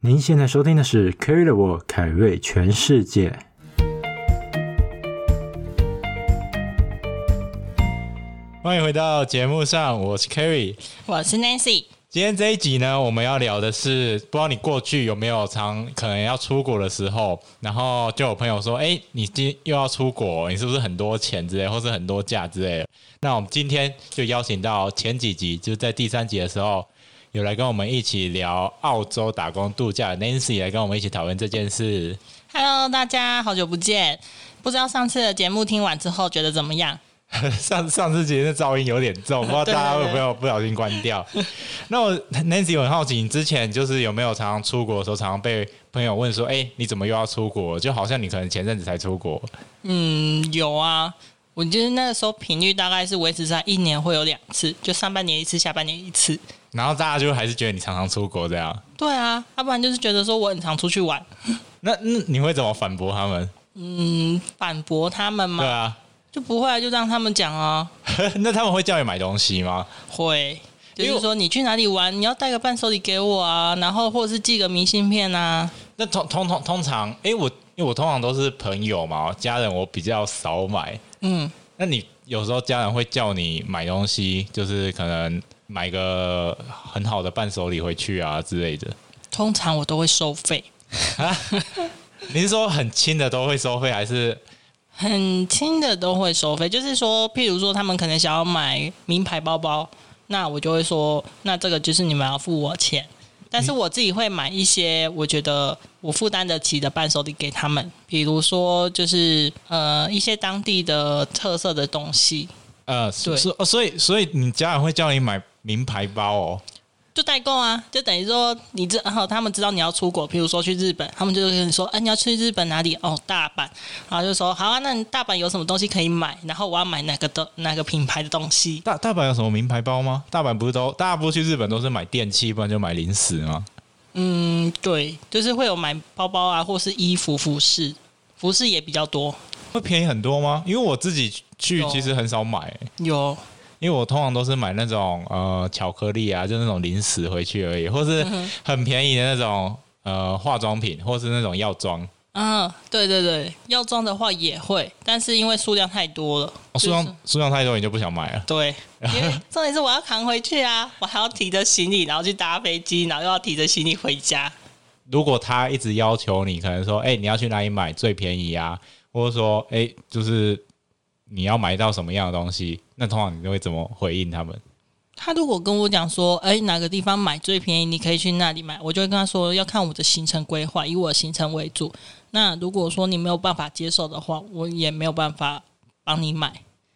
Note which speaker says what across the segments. Speaker 1: 您现在收听的是《Carry the World》，凯瑞全世界。
Speaker 2: 欢迎回到节目上，我是 Kerry。
Speaker 3: 我是 Nancy，
Speaker 2: 今天这一集呢，我们要聊的是，不知道你过去有没有常可能要出国的时候，然后就有朋友说：“哎、你今又要出国，你是不是很多钱之类，或是很多假之类的？”那我们今天就邀请到前几集，就是在第三集的时候，有来跟我们一起聊澳洲打工度假的 Nancy 来跟我们一起讨论这件事。
Speaker 3: Hello，大家好久不见。不知道上次的节目听完之后觉得怎么样？
Speaker 2: 上上次节目的噪音有点重，不知道大家会不会有不小心关掉。那我 Nancy 我很好奇，你之前就是有没有常常出国的时候，常常被朋友问说：“哎、你怎么又要出国？”就好像你可能前阵子才出国，
Speaker 3: 嗯，有啊。我就是那个时候频率大概是维持在一年会有两次，就上半年一次，下半年一次。
Speaker 2: 然后大家就还是觉得你常常出国这样。
Speaker 3: 对啊，要不然就是觉得说我很常出去玩，
Speaker 2: 那那你会怎么反驳他们？
Speaker 3: 嗯，反驳他们
Speaker 2: 对
Speaker 3: 嘛，
Speaker 2: 啊，
Speaker 3: 就不会啊就让他们讲啊，
Speaker 2: 那他们会叫你买东西吗？
Speaker 3: 会。就
Speaker 2: 因为
Speaker 3: 是说，你去哪里玩，你要带个伴手礼给我啊，然后或者是寄个明信片啊。
Speaker 2: 那通通通通常，哎、我因为我通常都是朋友嘛，家人我比较少买。
Speaker 3: 嗯，
Speaker 2: 那你有时候家人会叫你买东西，就是可能买个很好的伴手礼回去啊之类的。
Speaker 3: 通常我都会收费，
Speaker 2: 你是说很轻的都会收费，还是
Speaker 3: 很轻的都会收费，就是说，譬如说他们可能想要买名牌包包，那我就会说，那这个就是你们要付我钱。但是我自己会买一些我觉得我负担得起的伴手礼给他们，比如说就是呃一些当地的特色的东西，
Speaker 2: 呃，
Speaker 3: 对
Speaker 2: 所哦所以所以你家人会叫你买名牌包哦？
Speaker 3: 就代购啊，就等于说你知，然后他们知道你要出国，譬如说去日本，他们就会跟你说，哎、你要去日本哪里？哦，大阪，然后就说好啊，那你大阪有什么东西可以买？然后我要买哪个的哪个品牌的东西？
Speaker 2: 大大阪有什么名牌包吗？大阪不是都大家不是去日本都是买电器，不然就买零食吗？
Speaker 3: 嗯，对，就是会有买包包啊，或是衣服、服饰，服饰也比较多。
Speaker 2: 会便宜很多吗？因为我自己去
Speaker 3: 有
Speaker 2: 其实很少买、
Speaker 3: 有，
Speaker 2: 因为我通常都是买那种呃巧克力啊，就那种零食回去而已，或是很便宜的那种呃化妆品，或是那种药妆。
Speaker 3: 嗯，对对对，药妆的话也会，但是因为数量太多了，
Speaker 2: 哦数
Speaker 3: 就
Speaker 2: 量
Speaker 3: 是
Speaker 2: 数量太多，你就不想买了。
Speaker 3: 对，因为重点是我要扛回去啊，我还要提着行李，然后去搭飞机，然后又要提着行李回家。
Speaker 2: 如果他一直要求你，可能说，哎、你要去哪里买最便宜啊，或者说，哎、就是你要买到什么样的东西，那通常你就会怎么回应他们？
Speaker 3: 他如果跟我讲说，哎、哪个地方买最便宜，你可以去那里买，我就会跟他说，要看我的行程规划，以我的行程为主。那如果说你没有办法接受的话，我也没有办法帮你买。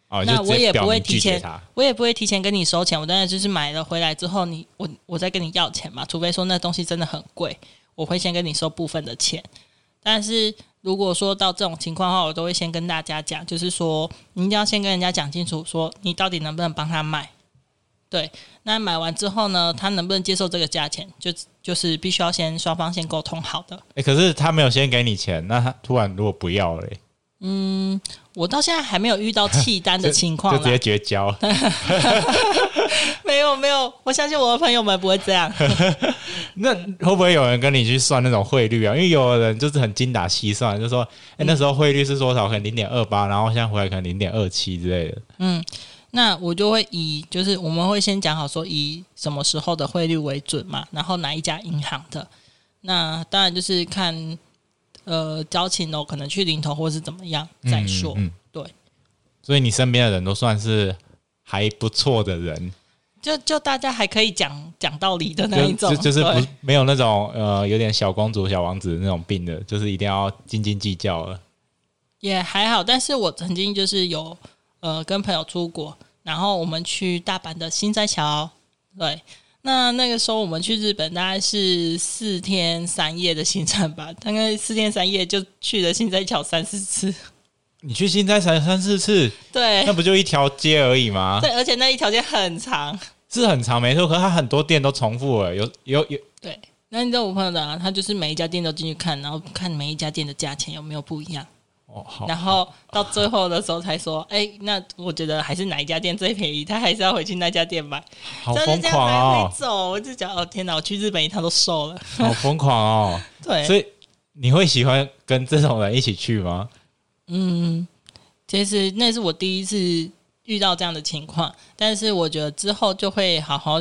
Speaker 2: 哦，你
Speaker 3: 那
Speaker 2: 就直
Speaker 3: 我
Speaker 2: 接
Speaker 3: 也
Speaker 2: 表
Speaker 3: 不会
Speaker 2: 明
Speaker 3: 提
Speaker 2: 拒绝
Speaker 3: 前
Speaker 2: 他。，
Speaker 3: 我也不会提前跟你收钱。我当然就是买了回来之后你，我我再跟你要钱嘛，除非说那东西真的很贵，我会先跟你收部分的钱。但是如果说到这种情况的话，我都会先跟大家讲，就是说你一定要先跟人家讲清楚，说你到底能不能帮他买。对，那买完之后呢，他能不能接受这个价钱，就就是必须要先双方先沟通好的。
Speaker 2: 哎、可是他没有先给你钱，那他突然如果不要了、欸
Speaker 3: 我到现在还没有遇到弃单的情况
Speaker 2: 就
Speaker 3: 啦
Speaker 2: 直，接绝交。
Speaker 3: 没有没有，我相信我的朋友们不会这样。
Speaker 2: 那会不会有人跟你去算那种汇率啊？因为有的人就是很精打细算，就
Speaker 3: 嗯
Speaker 2: 说，哎、那时候汇率是多少？可能零点二八，然后现在回来可能零点二七之类的。
Speaker 3: 那我就会以就是我们会先讲好说以什么时候的汇率为准嘛，然后哪一家银行的，那当然就是看呃交情咯，可能去零头或是怎么样再说。
Speaker 2: 嗯嗯
Speaker 3: 对，
Speaker 2: 所以你身边的人都算是还不错的人，
Speaker 3: 就就大家还可以讲讲道理的那一
Speaker 2: 就
Speaker 3: 种，
Speaker 2: 就就是不
Speaker 3: 对
Speaker 2: 没有那种呃有点小公主小王子那种病的，就是一定要斤斤计较了。
Speaker 3: 也还好。但是我曾经就是有呃跟朋友出国，然后我们去大阪的新斋桥，对。那那个时候我们去日本大概是四天三夜的行程吧，大概四天三夜就去了新斋桥三四次。
Speaker 2: 你去新斋才三四次，
Speaker 3: 对
Speaker 2: 那不就一条街而已吗？
Speaker 3: 哎对，而且那一条街很长。
Speaker 2: 是很长没错，可是它很多店都重复了，有有有
Speaker 3: 对，那你知道我朋友的、啊，他就是每一家店都进去看，然后看每一家店的价钱有没有不一样。
Speaker 2: 哦，好，
Speaker 3: 然后到最后的时候才说，哎、那我觉得还是哪一家店最便宜，他还是要回去那家店买。
Speaker 2: 好
Speaker 3: 但是
Speaker 2: 疯
Speaker 3: 这
Speaker 2: 狂
Speaker 3: 样来
Speaker 2: 哦
Speaker 3: 回，走，我就觉得哦天哪，我去日本一趟都瘦了。
Speaker 2: 好疯狂哦。
Speaker 3: 对，
Speaker 2: 所以你会喜欢跟这种人一起去吗？
Speaker 3: 嗯，其实那是我第一次遇到这样的情况，但是我觉得之后就会好好，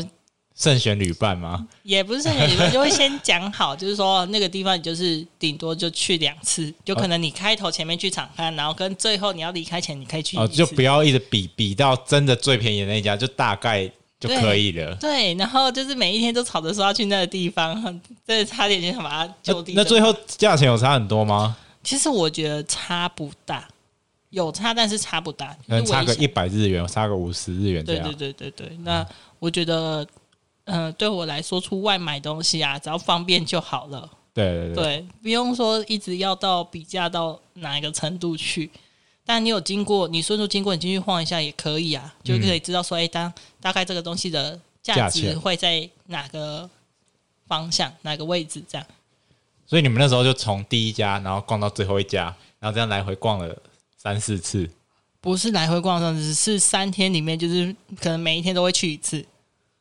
Speaker 2: 慎选旅伴吗？
Speaker 3: 也不是很你们就会先讲好，就是说那个地方你就是顶多就去两次，就可能你开头前面去场看，然后跟最后你要离开前你可以去一
Speaker 2: 哦，
Speaker 3: 次
Speaker 2: 就不要一直比比到真的最便宜的那一家，就大概就可以了。
Speaker 3: 对，然后就是每一天都吵着说要去那个地方，真的差点就想把它
Speaker 2: 那
Speaker 3: 就地
Speaker 2: 那
Speaker 3: 正
Speaker 2: 最后价钱有差很多吗？
Speaker 3: 其实我觉得差不大，有差，但是差不大，
Speaker 2: 可能差个
Speaker 3: 就是我
Speaker 2: 一百日元，差个五十日元这
Speaker 3: 对
Speaker 2: 样。
Speaker 3: 对对对对。那我觉得，呃，对我来说，出外买东西啊，只要方便就好了，
Speaker 2: 对对对
Speaker 3: 对，不用说一直要到比价到哪一个程度去。但你有经过，你顺路经过，你进去晃一下也可以啊，就可以知道说，哎、当大概这个东西的价
Speaker 2: 嗯价
Speaker 3: 值
Speaker 2: 钱
Speaker 3: 会在哪个方向、哪个位置这样。
Speaker 2: 所以你们那时候就从第一家，然后逛到最后一家，然后这样来回逛了三四次。
Speaker 3: 不是来回逛上，只是三天里面，就是可能每一天都会去一次。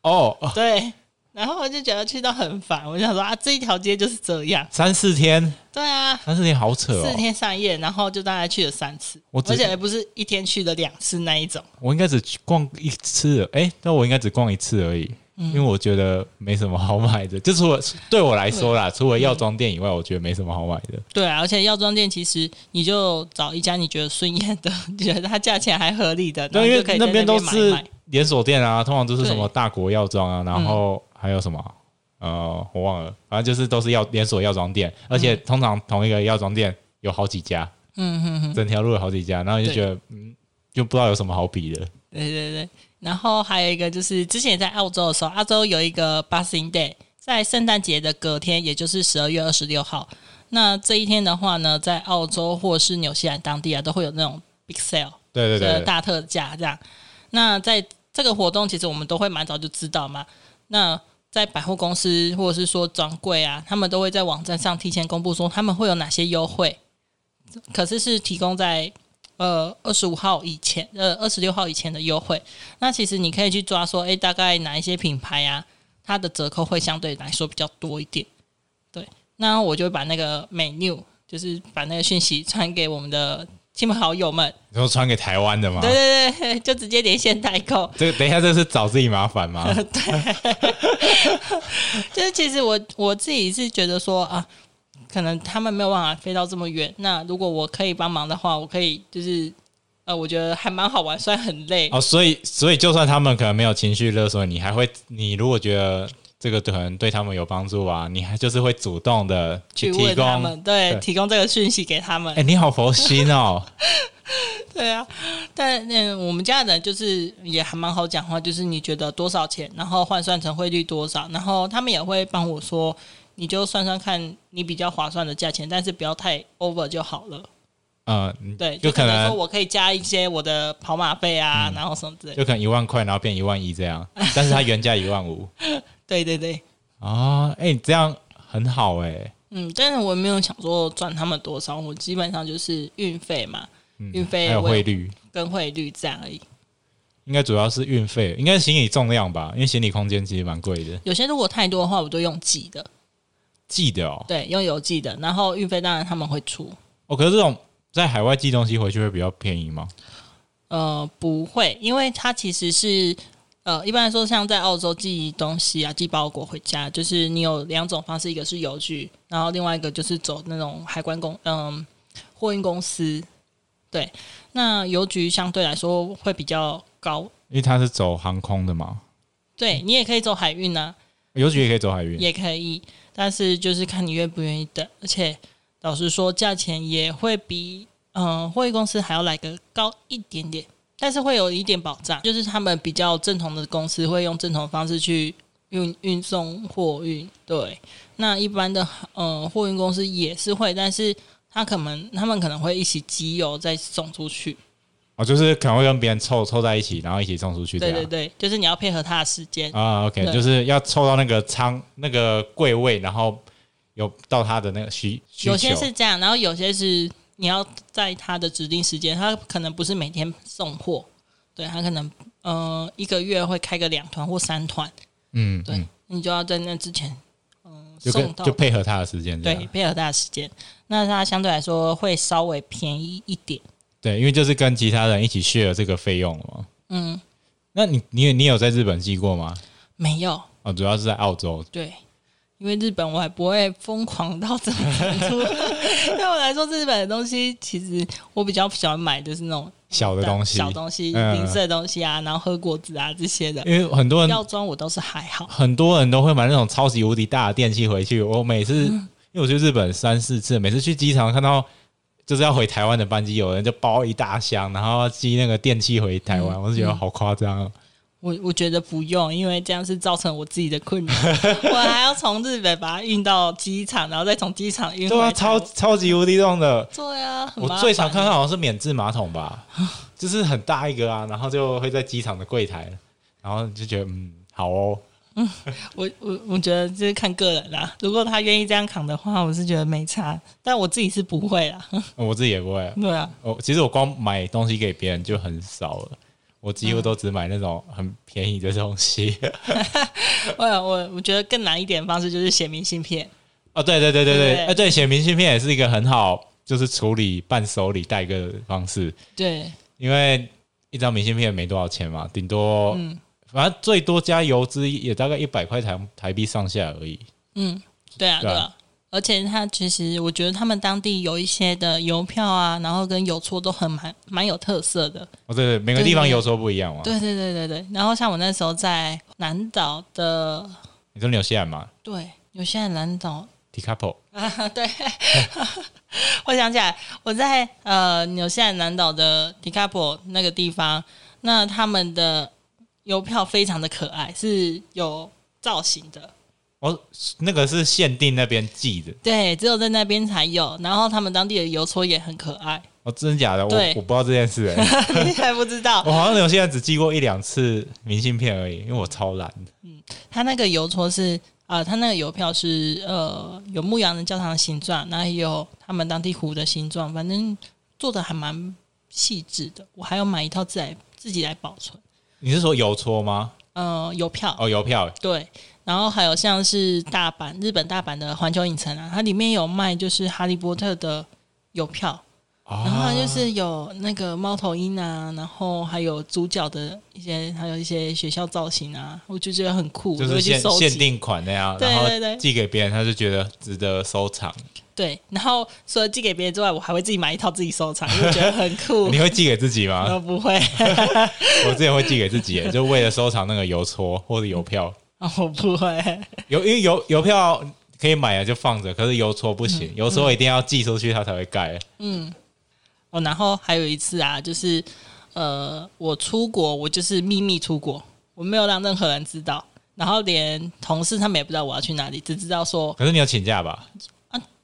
Speaker 2: 哦，哦
Speaker 3: 对，然后我就觉得去到很烦，我就想说啊，这一条街就是这样。
Speaker 2: 三四天，
Speaker 3: 对啊，
Speaker 2: 三四天好扯哦
Speaker 3: 四。天三夜，然后就大概去了三次，
Speaker 2: 我只
Speaker 3: 而且还不是一天去了两次那一种。
Speaker 2: 我应该只去逛一次，哎、那我应该只逛一次而已，
Speaker 3: 嗯
Speaker 2: 因为我觉得没什么好买的。就除了对我来说啦，除了药妆店以外，我觉得没什么好买的。
Speaker 3: 对啊，而且药妆店其实你就找一家你觉得顺眼的， 你觉得它价钱还合理的，然
Speaker 2: 对，
Speaker 3: 后
Speaker 2: 因
Speaker 3: 你
Speaker 2: 为
Speaker 3: 就可以在
Speaker 2: 那
Speaker 3: 边
Speaker 2: 都
Speaker 3: 买
Speaker 2: 是
Speaker 3: 买
Speaker 2: 连锁店啊，通常都是什么
Speaker 3: 对嗯
Speaker 2: 大国药妆啊，然后还有什么呃，我忘了，反正就是都是药连锁药妆店，而且通常同一个药妆店有好几家，
Speaker 3: 嗯哼哼，
Speaker 2: 整条路有好几家，然后你就觉得嗯，就不知道有什么好比的。
Speaker 3: 对对对。然后还有一个就是之前在澳洲的时候，澳洲有一个 Boxing Day，在圣诞节的隔天，也就是十二月二十六号。那这一天的话呢，在澳洲或是纽西兰当地啊，都会有那种 Big Sale，
Speaker 2: 对对对
Speaker 3: 的
Speaker 2: 对，
Speaker 3: 啊大特价这样。那在这个活动，其实我们都会蛮早就知道嘛。那在百货公司或者是说专柜啊，他们都会在网站上提前公布说他们会有哪些优惠，可是是提供在呃二十五号以前，呃二十六号以前的优惠。那其实你可以去抓说，诶，哎大概哪一些品牌啊，它的折扣会相对来说比较多一点。对，那我就会把那个 menu，就是把那个讯息传给我们的亲朋好友们，
Speaker 2: 你说传给台湾的吗？
Speaker 3: 对对对， 就直接连线代购。
Speaker 2: 这个等一下，这是找自己麻烦吗？
Speaker 3: 就是其实我我自己是觉得说啊，可能他们没有办法飞到这么远。那如果我可以帮忙的话，我可以就是呃，我觉得还蛮好玩，虽然很累。
Speaker 2: 哦，所以所以就算他们可能没有情绪勒索，你还会，你如果觉得这个可能对他们有帮助啊，你还就是会主动的
Speaker 3: 去
Speaker 2: 提
Speaker 3: 问
Speaker 2: 供。
Speaker 3: 他们，对，
Speaker 2: 对
Speaker 3: 提供这个讯息给他们
Speaker 2: 哎、，你好佛心哦，
Speaker 3: 对啊。但嗯，我们家的人就是也还蛮好讲话，就是你觉得多少钱，然后换算成汇率多少，然后他们也会帮我说，你就算算看你比较划算的价钱，但是不要太 over 就好了。
Speaker 2: 嗯，你
Speaker 3: 对，
Speaker 2: 就
Speaker 3: 就
Speaker 2: 可
Speaker 3: 可能说
Speaker 2: 能嗯
Speaker 3: 我可以加一些我的跑马费啊，然后什么之类的。
Speaker 2: 就可能一万块，然后变一万一这样，但是它原价一万五
Speaker 3: 对对对，
Speaker 2: 啊，哎、你这样很好哎、
Speaker 3: 嗯，但是我没有想说赚他们多少，我基本上就是运费嘛，运
Speaker 2: 嗯还
Speaker 3: 费
Speaker 2: 有
Speaker 3: 我
Speaker 2: 汇
Speaker 3: 也
Speaker 2: 率，
Speaker 3: 跟汇率这样而已。
Speaker 2: 应该主要是运费，应该是行李重量吧，因为行李空间其实蛮贵的，
Speaker 3: 有些如果太多的话，我都用寄的，
Speaker 2: 寄的哦，
Speaker 3: 对，用邮寄的。然后运费当然他们会出，
Speaker 2: 哦，可是这种在海外寄东西回去会比较便宜吗？
Speaker 3: 呃，不会，因为它其实是呃，一般来说，像在澳洲寄东西啊，寄包裹回家，就是你有两种方式，一个是邮局，然后另外一个就是走那种海关公，嗯、货运公司。对，那邮局相对来说会比较高，
Speaker 2: 因为它是走航空的嘛，
Speaker 3: 对你也可以走海运啊，
Speaker 2: 邮局也可以走海运，
Speaker 3: 也可以，但是就是看你愿不愿意等，而且老实说，价钱也会比嗯货运公司还要来个高一点点，但是会有一点保障，就是他们比较正统的公司会用正统的方式去运运送货运，对，那一般的嗯货运公司也是会，但是他可能他们可能会一起集邮再送出去，
Speaker 2: 哦，就是可能会跟别人凑凑在一起，然后一起送出去这
Speaker 3: 对
Speaker 2: 样。
Speaker 3: 对对，就是你要配合他的时间，
Speaker 2: 啊，OK，
Speaker 3: 对
Speaker 2: 就是要凑到那个仓那个柜位，然后有到他的那个需需求。
Speaker 3: 有些是这样，然后有些是你要在他的指定时间，他可能不是每天送货，对他可能呃一个月会开个两团或三团，
Speaker 2: 嗯，
Speaker 3: 对、
Speaker 2: 嗯
Speaker 3: 你就要在那之前，嗯、
Speaker 2: 就
Speaker 3: 送
Speaker 2: 跟
Speaker 3: 到
Speaker 2: 就配合他的时间这样，
Speaker 3: 对配合他的时间，那它相对来说会稍微便宜一点。
Speaker 2: 对，因为就是跟其他人一起 share 这个费用了嘛。
Speaker 3: 嗯，
Speaker 2: 那你你你有在日本寄过吗？
Speaker 3: 没有
Speaker 2: 哦，主要是在澳洲。
Speaker 3: 对，因为日本我还不会疯狂到这种程 度。对我来说，日本的东西其实我比较喜欢买就是那种
Speaker 2: 小的东西
Speaker 3: 小东西、
Speaker 2: 嗯
Speaker 3: 零碎的东西啊，然后喝果汁啊这些的。
Speaker 2: 因为很多人
Speaker 3: 药妆我都是还好，
Speaker 2: 很多人都会买那种超级无敌大的电器回去。我每次、
Speaker 3: 嗯
Speaker 2: 因为我去日本三四次，每次去机场看到就是要回台湾的班机，有人就包一大箱，然后寄那个电器回台
Speaker 3: 嗯
Speaker 2: 湾，我就觉得好夸张哦。
Speaker 3: 我我觉得不用，因为这样是造成我自己 的困扰，我还要从日本把它运到机场，然后再从机场嗯运回
Speaker 2: 对啊，
Speaker 3: 来。
Speaker 2: 超超级无敌重的。
Speaker 3: 对啊，很
Speaker 2: 我
Speaker 3: 麻
Speaker 2: 最
Speaker 3: 烦
Speaker 2: 常看到好像是免治马桶吧， 就是很大一个啊，然后就会在机场的柜台，然后就觉得嗯好哦，
Speaker 3: 我我我觉得这是看个人啦。如果他愿意这样扛的话，我是觉得没差，但我自己是不 会啦。
Speaker 2: 我自己也不会。
Speaker 3: 对啊，
Speaker 2: 我其实我光买东西给别人就很少了，我几乎都只买那种很便宜的东西。
Speaker 3: 我哎我我觉得更难一点的方式就是写明信片。
Speaker 2: 哦，对对对对对，
Speaker 3: 对
Speaker 2: 哎、对，写明信片也是一个很好，就是处理伴手礼代购的方式，
Speaker 3: 对，
Speaker 2: 因为一张明信片没多少钱嘛，顶多，
Speaker 3: 嗯
Speaker 2: 反正最多加邮资也大概一百块台台币上下而已。
Speaker 3: 嗯，对啊，
Speaker 2: 对
Speaker 3: 对
Speaker 2: 啊
Speaker 3: 啊。而且他其实，我觉得他们当地有一些的邮票啊，然后跟邮戳都很蛮蛮有特色的。
Speaker 2: 哦，对对，每个地方
Speaker 3: 对对对
Speaker 2: 邮戳不一样嘛。
Speaker 3: 对对对对对。然后像我那时候在南岛的，
Speaker 2: 你说纽西兰嘛
Speaker 3: 对，有些在南岛
Speaker 2: t i k a p o
Speaker 3: 啊，对， 我想起来，我在呃纽西兰南岛的迪卡波那个地方，那他们的邮票非常的可爱，是有造型的，
Speaker 2: 哦，那个是限定那边寄的。
Speaker 3: 对，只有在那边才有。然后他们当地的邮戳也很可爱，
Speaker 2: 哦，真的假的？我
Speaker 3: 对
Speaker 2: 我不知道这件事、哎
Speaker 3: 你还不知道
Speaker 2: 我，好像纽西兰只寄过一两次明信片而已，因为我超懒的。
Speaker 3: 他那个邮戳是呃，他那个邮票是呃有牧羊人教堂的形状，然后也有他们当地湖的形状，反正做的还蛮细致的。我还要买一套自来自己来保存。
Speaker 2: 你是说邮戳吗？
Speaker 3: 呃，邮票
Speaker 2: 哦，邮票。
Speaker 3: 对，然后还有像是大阪日本大阪的环球影城啊，它里面有卖就是哈利波特的邮票，
Speaker 2: 哦
Speaker 3: 然后它就是有那个猫头鹰啊，然后还有主角的一些，还有一些学校造型啊，我就觉得很酷，
Speaker 2: 就
Speaker 3: 我
Speaker 2: 是
Speaker 3: 会去
Speaker 2: 限
Speaker 3: 收
Speaker 2: 限
Speaker 3: 集。
Speaker 2: 定款那样，
Speaker 3: 对
Speaker 2: 然后
Speaker 3: 对对
Speaker 2: 寄给别人，他就觉得值得收藏。
Speaker 3: 对，然后除了寄给别人之外，我还会自己买一套自己收藏，因为我觉得很 酷
Speaker 2: 你。会寄给自己吗？
Speaker 3: 我不会，
Speaker 2: 我之前会寄给自己，就为了收藏那个邮戳或者邮 票。
Speaker 3: 我不会。
Speaker 2: 邮因为邮邮票可以买了就放着，可是邮戳不
Speaker 3: 嗯
Speaker 2: 行，邮戳一定要寄出去它才会盖。
Speaker 3: 哦，然后还有一次啊，就是呃，我出国，我就是秘密出国，我没有让任何人知道，然后连同事他们也不知道我要去哪里，只知道说
Speaker 2: 可是你有请假吧？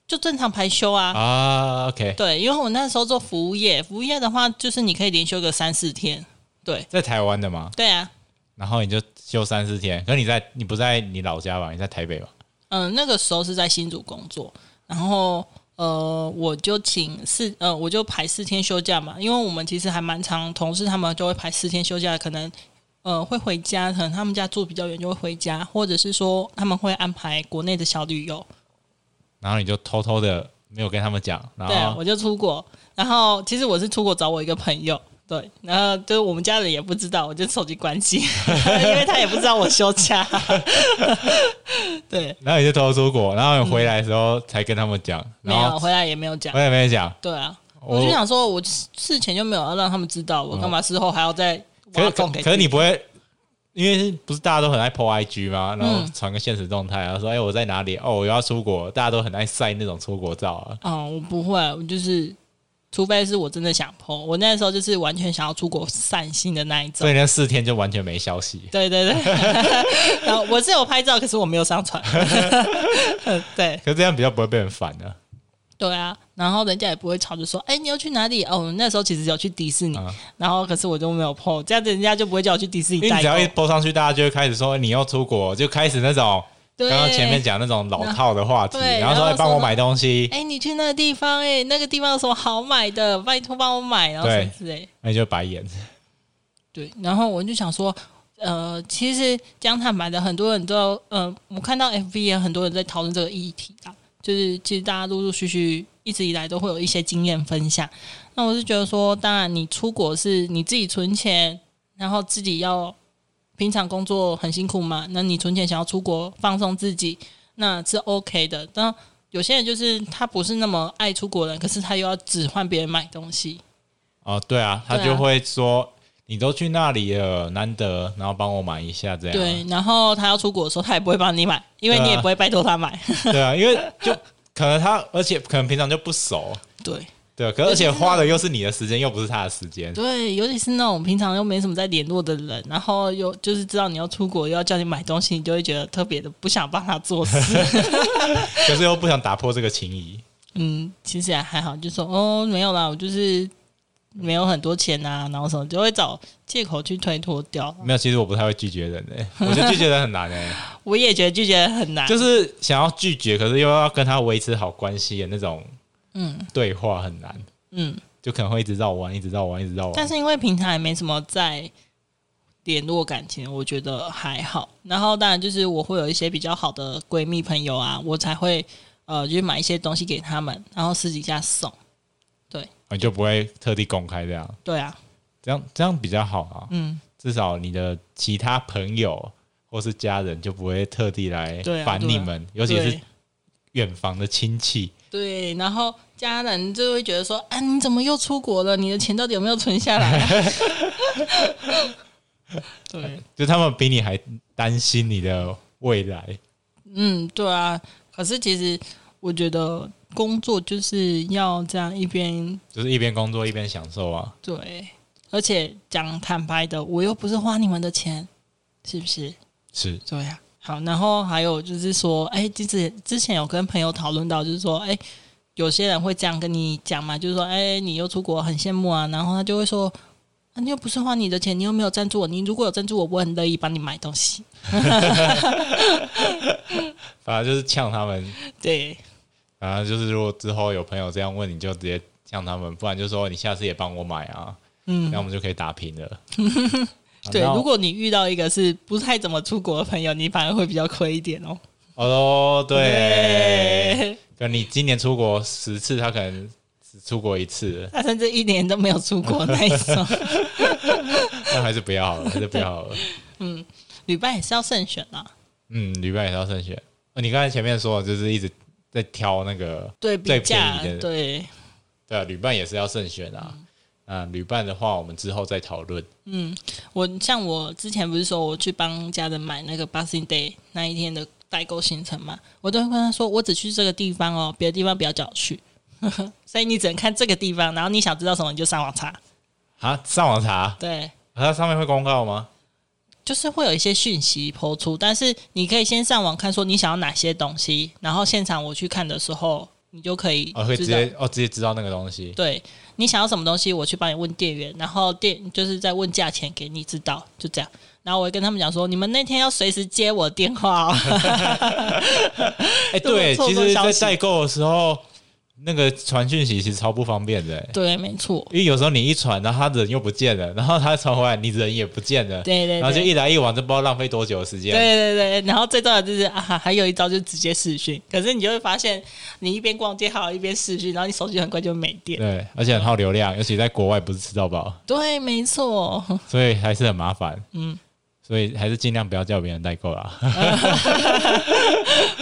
Speaker 3: 就正常排休啊。
Speaker 2: 啊，OK，
Speaker 3: 对，因为我那时候做服务业，服务业的话就是你可以连休个三四天。对，
Speaker 2: 在台湾的嘛，
Speaker 3: 对啊，
Speaker 2: 然后你就休三四天。可是你在你不在你老家吧？你在台北吧？
Speaker 3: 嗯、那个时候是在新竹工作，然后呃，我就请四呃，我就排四天休假嘛，因为我们其实还蛮常同事他们就会排四天休假，可能呃会回家，可能他们家住比较远就会回家，或者是说他们会安排国内的小旅游，
Speaker 2: 然后你就偷偷的没有跟他们讲，然
Speaker 3: 对啊，
Speaker 2: 后
Speaker 3: 我就出国，然后其实我是出国找我一个朋友。对，然后就是我们家人也不知道，我就手机关机， 因为他也不知道我休假。 对，
Speaker 2: 然后你就偷偷出国，然后你回来的时候才跟他们讲，
Speaker 3: 嗯没
Speaker 2: 然后
Speaker 3: 有回来也没有讲
Speaker 2: 我。也没讲。
Speaker 3: 对啊，
Speaker 2: 我嗯
Speaker 3: 我就想说，我事前就没有要让他们知道，我干嘛事后还要再挖
Speaker 2: 可
Speaker 3: 洞
Speaker 2: 可
Speaker 3: 给？
Speaker 2: 可是你，不会，因为不是大家都很爱 po IG 吗？然后
Speaker 3: 嗯
Speaker 2: 传个现实动态，然后说哎、我在哪里？哦我要出国，大家都很爱晒那种出国照啊。
Speaker 3: 嗯，我不会，我就是，除非是我真的想碰，我那时候就是完全想要出国散心的那一
Speaker 2: 所
Speaker 3: 种。
Speaker 2: 以那四天就完全没消息。
Speaker 3: 对对 对，然后我是有拍照，可是我没有上传。 对
Speaker 2: 可是这样比较不会被人烦的、
Speaker 3: 对啊，然后人家也不会吵着说，哎、你要去哪里？哦，我那时候其实有去迪士尼，
Speaker 2: 嗯
Speaker 3: 然后可是我就没有 PO，这样子人家就不会叫我去迪士
Speaker 2: 因
Speaker 3: 尼
Speaker 2: 为
Speaker 3: 代
Speaker 2: 哎你只要一
Speaker 3: 购。
Speaker 2: 播上去，大家就会开始说你要出国，就开始那种
Speaker 3: 对，
Speaker 2: 刚刚前面讲那种老套的话题，
Speaker 3: 对
Speaker 2: 然后说
Speaker 3: 然
Speaker 2: 哎
Speaker 3: 后
Speaker 2: 帮我
Speaker 3: 说
Speaker 2: 买东西，
Speaker 3: 哎、你去那个地方、哎，那个地方有什么好买的？拜托帮我买，然后
Speaker 2: 对
Speaker 3: 什么之类的。
Speaker 2: 那你就白眼。
Speaker 3: 对，然后我就想说，呃，其实讲坦白的，很多人都，呃，我看到 FB 也很多人在讨论这个议题啊，就是其实大家陆陆续续一直以来都会有一些经验分享。那我是觉得说，当然你出国是你自己存钱，然后自己要平常工作很辛苦嘛，那你存钱想要出国放松自己，那是 OK 的。那有些人就是他不是那么爱出国人，可是他又要指唤别人买东西，
Speaker 2: 哦，对啊，他
Speaker 3: 对啊
Speaker 2: 就会说你都去那里了，难得，然后帮我买一下这样。
Speaker 3: 对，啊然后他要出国的时候，他也不会帮你买，因为
Speaker 2: 对啊
Speaker 3: 你也不会拜托他买。
Speaker 2: 对啊，因为就可能他，而且可能平常就不熟，
Speaker 3: 对
Speaker 2: 对啊，可而且花的又是你的时间，又不是他的时间。
Speaker 3: 对，尤其是那种平常又没什么在联络的人，然后又就是知道你要出国，又要叫你买东西，你就会觉得特别的不想帮他做 事。
Speaker 2: 可是又不想打破这个情谊。
Speaker 3: 嗯，其实也还好，就说哦没有啦，我就是没有很多钱啊，然后什么就会找借口去推脱掉。
Speaker 2: 没有，其实我不太会拒绝人诶、我觉得拒绝人很难诶、欸
Speaker 3: 我也觉得拒绝很难，
Speaker 2: 就是想要拒绝，可是又要跟他维持好关系的那种，嗯，对话很难，
Speaker 3: 嗯，
Speaker 2: 就可能会一直绕弯，一直绕弯，一直绕弯。
Speaker 3: 但是因为平常也没什么在联络感情，我觉得还好。然后当然就是我会有一些比较好的闺蜜朋友啊，我才会呃去买一些东西给他们，然后私底下送。
Speaker 2: 你就不会特地公开这样，
Speaker 3: 对啊，
Speaker 2: 这样这样比较好啊。
Speaker 3: 嗯，
Speaker 2: 至少你的其他朋友或是家人就不会特地来
Speaker 3: 对啊
Speaker 2: 烦
Speaker 3: 对啊
Speaker 2: 你们，尤其是
Speaker 3: 对
Speaker 2: 远房的亲戚。
Speaker 3: 对，然后家人就会觉得说，啊，你怎么又出国了？你的钱到底有没有存下来、啊？ 对，
Speaker 2: 就他们比你还担心你的未来，
Speaker 3: 嗯，对啊。可是其实我觉得工作就是要这样一边
Speaker 2: 就是一边工作一边享受啊。
Speaker 3: 对，而且讲坦白的，我又不是花你们的钱，是不是？
Speaker 2: 是，
Speaker 3: 对呀、好，然后还有就是说，哎，之前之前有跟朋友讨论到，就是说，哎，有些人会这样跟你讲嘛，就是说，哎，你又出国，很羡慕啊。然后他就会说，啊、你又不是花你的钱，你又没有赞助我，你如果有赞助我，我很乐意帮你买东西。
Speaker 2: 反正就是呛他们。
Speaker 3: 对，
Speaker 2: 反正就是如果之后有朋友这样问，你就直接呛他们，不然就说你下次也帮我买啊，
Speaker 3: 嗯
Speaker 2: 那、，我们就可以打平了。
Speaker 3: 对。
Speaker 2: 然后
Speaker 3: 如果你遇到一个是不太怎么出国的朋友，你反而会比较亏一点哦。
Speaker 2: 哦，对，
Speaker 3: 对，
Speaker 2: 可你今年出国十次，他可能只出国一次，
Speaker 3: 他甚至一年都没有出国那一种。
Speaker 2: 那还是不要好了，还是不要好 了。
Speaker 3: 旅伴也是要慎选啦，
Speaker 2: 嗯，旅伴也是要慎选。呃你刚才前面说的就是一直在挑那个，最
Speaker 3: 对比
Speaker 2: 便
Speaker 3: 价
Speaker 2: 宜的，
Speaker 3: 对，
Speaker 2: 对啊，旅伴也是要慎选啊。嗯，旅伴的话，我们之后再讨论。
Speaker 3: 嗯，我像我之前不是说我去帮家人买那个 Boxing Day 那一天的代购行程嘛，我都会跟他说，我只去这个地方哦，别的地方不要叫我去。 所以你只能看这个地方，然后你想知道什么你就上网查，
Speaker 2: 啊，上网查，
Speaker 3: 对，
Speaker 2: 它上面会公告吗？
Speaker 3: 就是会有一些讯息抛出，但是你可以先上网看说你想要哪些东西，然后现场我去看的时候，你就可以
Speaker 2: 哦，会直
Speaker 3: 知道
Speaker 2: 接哦，直接知道那个东西。
Speaker 3: 对你想要什么东西，我去帮你问店员，然后店就是在问价钱给你知道，就这样。然后我会跟他们讲说，你们那天要随时接我电话哦。
Speaker 2: 哎，对，
Speaker 3: 错过
Speaker 2: 其实，
Speaker 3: 消
Speaker 2: 在
Speaker 3: 息
Speaker 2: 代购的时候，那个传讯息其实超不方便的、哎
Speaker 3: 对，没错，
Speaker 2: 因为有时候你一传，然后他人又不见了，然后他传回来，你人也不见了，
Speaker 3: 对对
Speaker 2: 然后就
Speaker 3: 对
Speaker 2: 一来一往，就不知道浪费多久的时间。
Speaker 3: 对对对。然后最重要的就是啊，还有一招就是直接视讯，可是你就会发现，你一边逛街还有一边视讯，然后你手机很快就没电。
Speaker 2: 对，而且很耗流量，尤其在国外不是吃到饱，
Speaker 3: 对，没错。
Speaker 2: 所以还是很麻烦。
Speaker 3: 嗯，
Speaker 2: 所以还是尽量不要叫别人代购啦。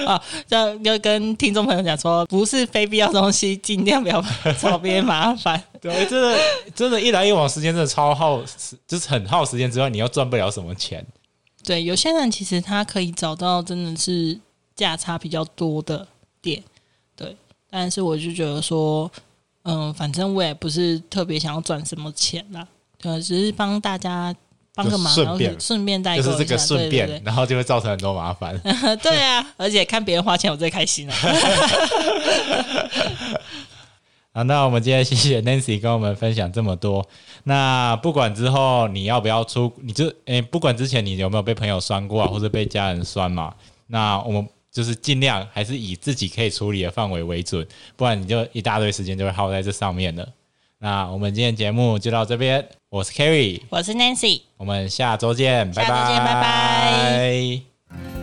Speaker 3: 啊，要要跟听众朋友讲说，不是非必要的东西，尽量不要 找别人麻烦。
Speaker 2: 对，哎真的真的，一来一往时间真的超耗时，就是很耗时间之外，你又赚不了什么钱。
Speaker 3: 对，有些人其实他可以找到真的是价差比较多的店，对。但是我就觉得说，嗯，反正我也不是特别想要赚什么钱啦，对，啊只是帮大家帮个
Speaker 2: 就
Speaker 3: 忙，
Speaker 2: 顺
Speaker 3: 然后
Speaker 2: 便
Speaker 3: 顺便代
Speaker 2: 就
Speaker 3: 购
Speaker 2: 是这
Speaker 3: 一
Speaker 2: 个
Speaker 3: 下，
Speaker 2: 顺
Speaker 3: 对
Speaker 2: 便，
Speaker 3: 对
Speaker 2: 然后就会造成很多麻烦。
Speaker 3: 对， 对啊。而且看别人花钱，我最开心了。
Speaker 2: 好，那我们今天谢谢 Nancy 跟我们分享这么多。那不管之后你要不要出，你就诶、不管之前你有没有被朋友酸过啊，或者被家人酸嘛，那我们就是尽量还是以自己可以处理的范围为准，不然你就一大堆时间就会耗在这上面了。那我们今天节目就到这边，我是 Kerry，
Speaker 3: 我是 Nancy。
Speaker 2: 我们下周见，
Speaker 3: 下周见拜拜
Speaker 2: 拜